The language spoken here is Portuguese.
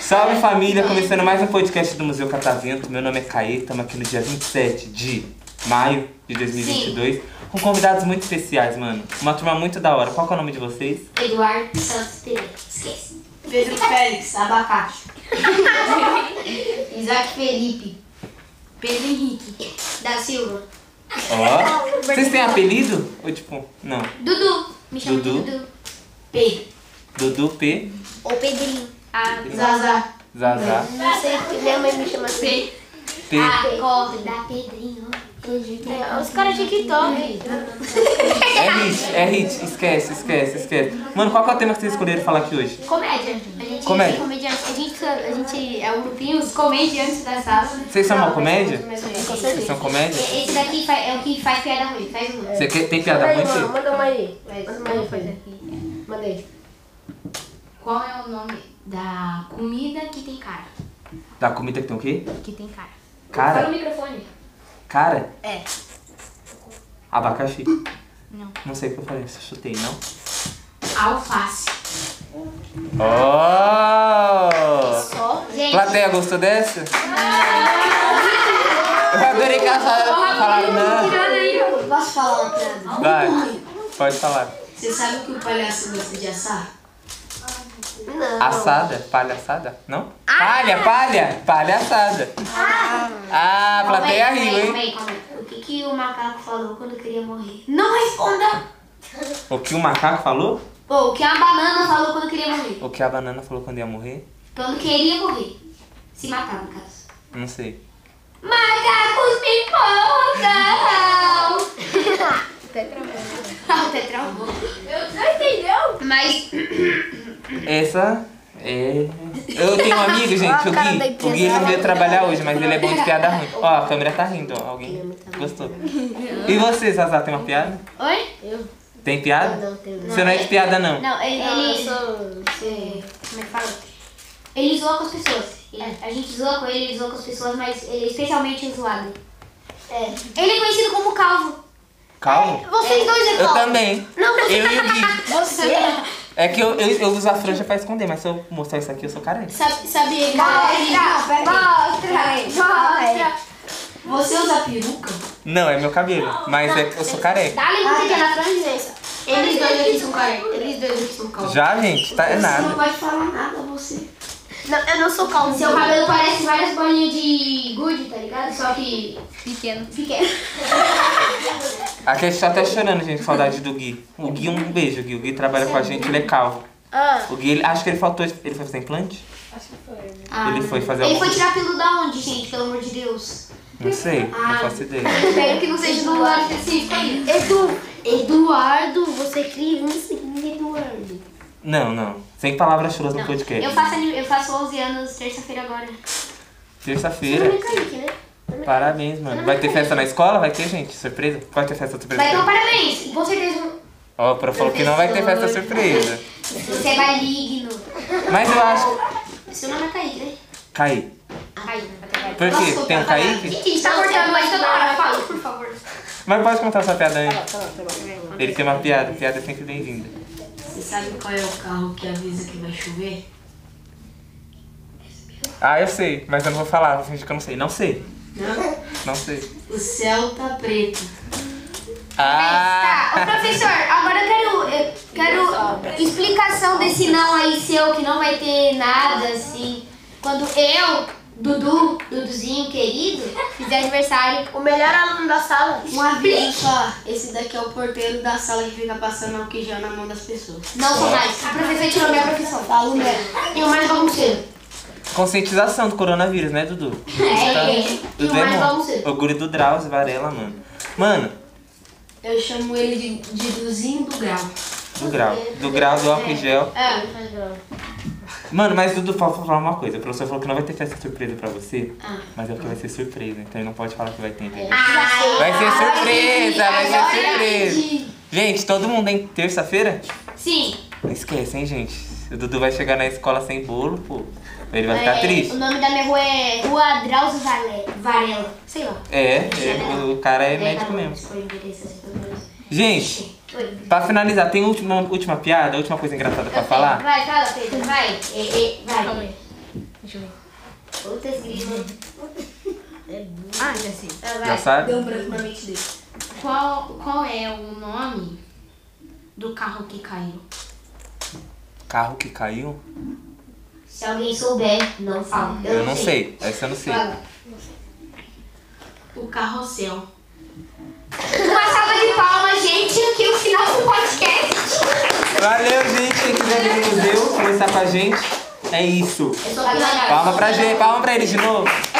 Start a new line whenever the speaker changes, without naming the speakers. Salve família, começando mais um podcast do Museu Catavento. Meu nome é Caê, estamos aqui no dia 27 de maio de 2022 com convidados muito especiais, mano. Uma turma muito da hora. Qual que é o nome de vocês?
Eduardo Santos Pereira. Esquece.
Pedro Félix, abacaxi.
Isaac Felipe
Pedro Henrique.
da Silva.
Ó. Vocês têm apelido? Ou tipo, não.
Dudu. Me chama
Dudu.
de Dudu.
P.
Dudu P,
Ou Pedrinho. A
Zaza.
Zazá,
Não sei porque minha mãe me chama assim.
P.
Acorda, Pedrinho. É, os caras de TikTok.
É hit, é hit. Esquece, esquece, esquece. Mano, qual que é o tema que vocês escolheram falar aqui hoje?
Comédia. A gente
Comédia.
é comediante. A gente, a gente é o grupinho, os comediantes da sala.
Vocês são uma comédia?
Esse
Vocês são comédia?
daqui fa- é o que faz piada ruim. Faz ruim.
Você quer- tem piada
Peraí,
ruim?
mano,
Fê?
manda uma aí.
Mas-
Manda uma aí, fazer. Manda aí.
Qual é o nome da comida que tem cara?
Da comida que tem o quê?
Que tem cara. Fala Tá no
Cara?
microfone.
Cara?
É.
Abacaxi?
Não.
Não sei o que eu falei, só chutei, não?
Alface.
Oh!
Só.
Gente,
Plateia, gostou dessa? Eu adorei que elas falaram falaram não.
tirando aí, ó.
Posso falar uma piada?
Vai, pode falar.
Você sabe que o palhaço gosta de assar?
Assada? Palhaçada? Não? Palha, palha! Palhaçada. Ah, a plateia
Calma é aí,
riu,
calma
hein?
aí, calma aí. O que, que o macaco falou quando queria morrer?
Não responda!
O que o macaco falou?
Pô, o que a banana falou quando queria morrer?
O que a banana falou quando ia morrer?
Quando queria morrer. Se matar, no caso.
Não sei.
Macacos me contam! Ah, o tetravou. Mas
Essa é. Eu tenho um amigo, gente, o Gui. O Gui ele não veio trabalhar hoje, mas ele é bom de piada ruim. Ó, a câmera tá rindo, ó. Alguém
é
gostou. E você, Zazá, tem uma piada?
Oi?
Eu?
Tem piada?
Não, tem
Você não é de piada, não.
Não, ele.
Eu
ele-
sou.
é, como é que fala? É. Ele zoa com as pessoas. Ele- A gente zoa com ele, ele zoa com as pessoas, mas ele é especialmente zoado. É. Ele é conhecido como Calvo.
Calvo?
Vocês
É.
dois é
Eu também.
Não, você
Eu e o
tá
Gui.
assim,
Você?
É que eu, eu, eu uso a franja pra esconder, mas se eu mostrar isso aqui, eu sou carente.
Sabe, sabe ele?
né? Mostra!
Você usa peruca?
Não, é meu cabelo, mas é que eu sou careca.
Dá-lhe você que na frente.
Eles dois aqui são é? careca. Eles dois aqui são calvos.
Já, gente, tá, é nada.
pode falar nada, você.
Não, eu não sou calmo.
Seu cabelo parece várias bolinhas de gude, tá ligado? Só que. Pequeno. Pequeno.
Aqui a gente tá até chorando, gente, saudade do Gui. O Gui, um beijo, Gui. O Gui trabalha com a gente, ele é calvo.
Ah,
O Gui, ele, acho que ele faltou. Ele foi fazer implante? Ele foi fazer
Ah, Ele
alguma-
foi tirar pelo da onde, gente? Pelo amor de Deus.
Não sei, não
Ah.
faço ideia.
Espero que não seja no lugar específico aí.
Edu. Eduardo,
é
você cria um segundo Eduardo.
Não, não. Sem palavras chulas no
Eu
podcast.
faço, ani- eu faço 11 anos terça-feira agora. é
Terça-feira.
Kaique, né?
Parabéns, mano. Vai ter festa na escola? Vai ter, gente? Surpresa? Vai ter festa surpresa?
Vai ter um parabéns. Com certeza
Ó, o prof falou que não vai ter festa surpresa.
você é maligno.
Mas eu acho.
Seu nome é Kaique, né?
Cai.
Kaique. vai ter Kaique.
Por quê?
Nossa,
Tem um o Kaique?
Gente, a gente tá cortando mais toda hora. Fala, por favor.
Mas pode contar sua piada antes.
Tá bom, tá bom.
Ele tem uma piada, piada é sempre bem-vinda.
Você sabe qual é o carro que avisa que vai chover?
Ah, eu sei, mas eu não vou falar, vou fingir que eu não sei. Não sei.
Não?
Não sei.
O céu tá preto.
Ah!
Tá, ô, professor, agora eu quero, eu quero explicação desse não aí seu, que não vai ter nada assim. Quando eu, Dudu, Duduzinho querido, fizer aniversário,
O melhor aluno da sala.
Um aviso só. Esse daqui é o porteiro da sala que fica passando álcool em gel na mão das pessoas.
não sou mais. A professora tirou minha profissão.
Falo mesmo.
E o mais bagunceiro.
Conscientização do coronavírus, né, Dudu?
É, e
Dudu
o mais
é
bagunceiro.
bom. O guri do Drauzio Varela, mano. Mano,
Eu chamo ele de, de Duzinho do Grau.
do grau. Do grau do álcool em gel.
Ah.
É.
Mano, mas Dudu, fa- fa- falar uma coisa. O professor falou que não vai ter festa surpresa pra você,
Ah.
mas é porque vai ser surpresa, então ele não pode falar que vai ter, entendeu?
Ai,
Vai ser surpresa, vai
Ah, agora é
ser surpresa.
entendi.
Gente, todo mundo em terça-feira?
Sim,
Não esquece, hein, gente? O Dudu vai chegar na escola sem bolo, pô. Ele vai ficar
É,
triste.
O nome da minha rua é Rua Drauzio Vale- Varela. Sei lá.
É, é, o cara é médico
tá bom,
mesmo.
foi o endereço, assim, pelo menos.
Gente,
Oi.
pra finalizar, tem última, última piada, última coisa engraçada pra
Eu
falar?
tenho. Vai, fala, Então, Pedro, vai. É, é,
Calma
vai.
aí. Deixa eu ver. Uhum.
Puta grilo.
Ah, já sei.
Vai,
Já
Tá, vai.
sabe?
Deu um branco na mente dele.
Qual, qual é o nome do carro que caiu?
Carro que caiu?
Se alguém souber, não fala.
Eu, não sei. Essa eu não sei.
Fala.
O carrossel.
Uma salva de palmas, gente, aqui o final do podcast.
Valeu, gente. Quem quiser vir no museu, conversar com a tá gente, é isso.
Eu sou a Pilar.
Palma pra gente, palma pra ele de novo.